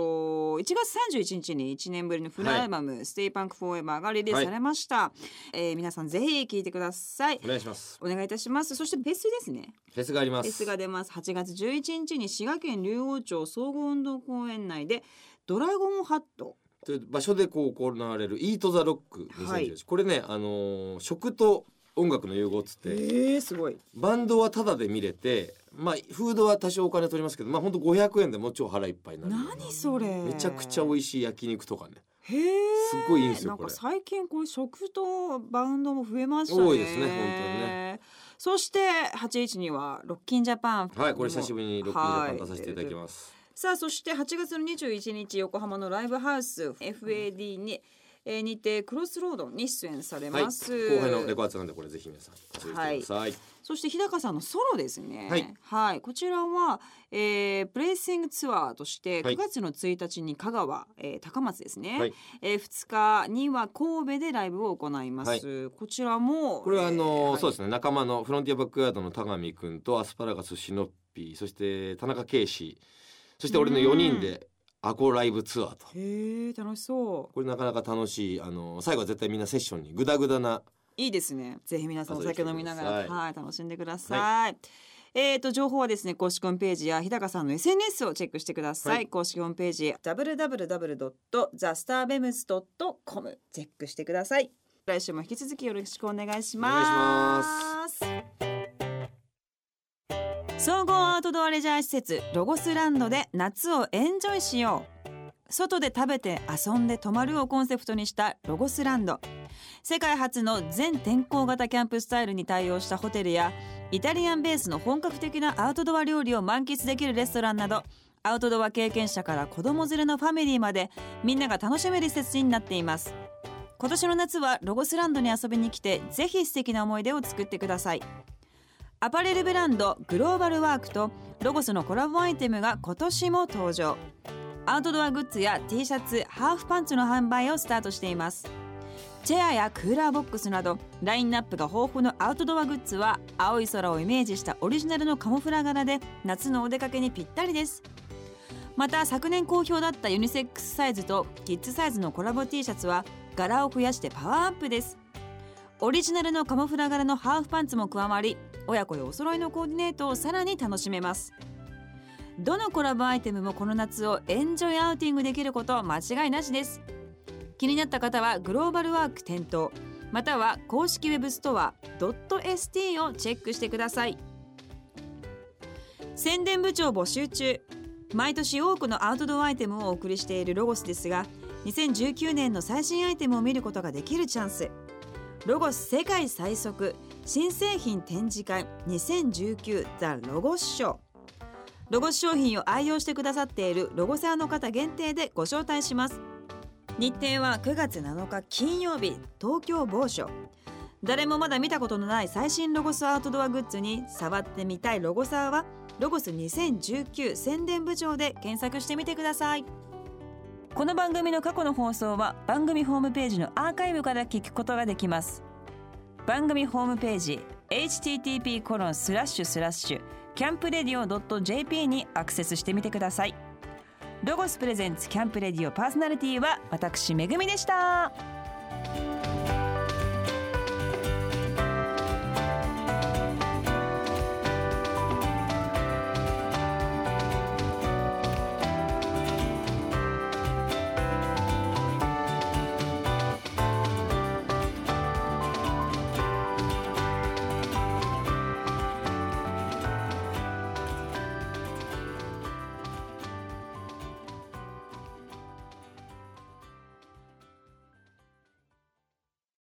Speaker 1: 1月31日に1年ぶりのフルアルバム「Stay Punk Forever」がリリースされました、えー皆さんぜひ聴いてください
Speaker 2: お願いします
Speaker 1: お願いいたしますそしてフェスですね
Speaker 2: フェスがありま
Speaker 1: フェ
Speaker 2: す
Speaker 1: スが出ます8月11日に滋賀県竜王町総合運動公園内でドラゴンハット
Speaker 2: という場所でこう行われる「イート・ザ・ロック2018」
Speaker 1: はい
Speaker 2: これね、あのー食と音楽の融合っつって、
Speaker 1: えー、すごい。
Speaker 2: バンドはタダで見れてまあフードは多少お金取りますけどまあ本当500円でもう超腹いっぱいになるような
Speaker 1: 何それ。
Speaker 2: めちゃくちゃ美味しい焼肉とかね
Speaker 1: へえ。
Speaker 2: すごいいいんですよ
Speaker 1: なん
Speaker 2: こ
Speaker 1: か
Speaker 2: れ
Speaker 1: 最近こういう食とバウンドも増えましたね。
Speaker 2: 多いですね本当にね。
Speaker 1: そして八一にはロッキンジャパン。
Speaker 2: はいこれ久しぶりにロックンジャパン
Speaker 1: は
Speaker 2: 出させていただきます、
Speaker 1: さあそして8月の21日横浜のライブハウス FAD に、えーにてクロスロードに出演され
Speaker 2: はい
Speaker 1: ます、
Speaker 2: 後輩のレコアツなんでこれぜひ皆さん遊びに来てください、
Speaker 1: そして日高さんのソロですね
Speaker 2: はい、
Speaker 1: こちらは、えー、プレイシングツアーとして
Speaker 2: はい
Speaker 1: 9月の1日に香川、えー高松ですね、
Speaker 2: はい
Speaker 1: えー、2日には神戸でライブを行います、こちらも
Speaker 2: これはあのそう
Speaker 1: す
Speaker 2: ですね仲間のフロンティアバックヤードの田上くんとアスパラガスシノッピーそして田中圭司そして俺の4人でアコライブツアーと
Speaker 1: へえ楽しそう
Speaker 2: これなかなか楽しいあの最後は絶対みんなセッションにグダグダない
Speaker 1: いですねぜひ皆さんお酒飲みながら
Speaker 2: 遊びに来てください
Speaker 1: はい楽しんでください、えー、と情報はですね公式ホームページや日高さんの SNS をチェックしてください、
Speaker 2: はい
Speaker 1: 公式ホームページ www.thestarbems.com チェックしてください来週も引き続きよろしくお願いします総合アウトドアレジャー施設ロゴスランドで夏をエンジョイしよう外で食べて遊んで泊まるをコンセプトにしたロゴスランド世界初の全天候型キャンプスタイルに対応したホテルやイタリアンベースの本格的なアウトドア料理を満喫できるレストランなどアウトドア経験者から子供連れのファミリーまでみんなが楽しめる施設になっています今年の夏はロゴスランドに遊びに来てぜひ素敵な思い出を作ってくださいアパレルブランドグローバルワークとロゴスのコラボアイテムが今年も登場アウトドアグッズや T シャツハーフパンツの販売をスタートしていますチェアやクーラーボックスなどラインナップが豊富のアウトドアグッズは青い空をイメージしたオリジナルのカモフラ柄で夏のお出かけにぴったりですまた昨年好評だったユニセックスサイズとキッズサイズのコラボ T シャツは柄を増やしてパワーアップですオリジナルのカモフラ柄のハーフパンツも加わり親子でお揃いのコーディネートをさらに楽しめますどのコラボアイテムもこの夏をエンジョイアウティングできること間違いなしです気になった方はグローバルワーク店頭または公式ウェブストア .st をチェックしてください宣伝部長募集中毎年多くのアウトドアアイテムをお送りしているロゴスですが2019年の最新アイテムを見ることができるチャンスロゴス世界最速新製品展示会2019ザ・ロゴスショーロゴス商品を愛用してくださっているロゴサーの方限定でご招待します日程は9月7日金曜日東京某所誰もまだ見たことのない最新ロゴスアウトドアグッズに触ってみたいロゴサーはロゴス2019宣伝部長で検索してみてくださいこの番組の過去の放送は番組ホームページのアーカイブから聞くことができます番組ホームページ http コロンスラッシュスラッシュキャンプレディオ .jp にアクセスしてみてくださいロゴスプレゼンツキャンプレディオパーソナリティは私めぐみでした。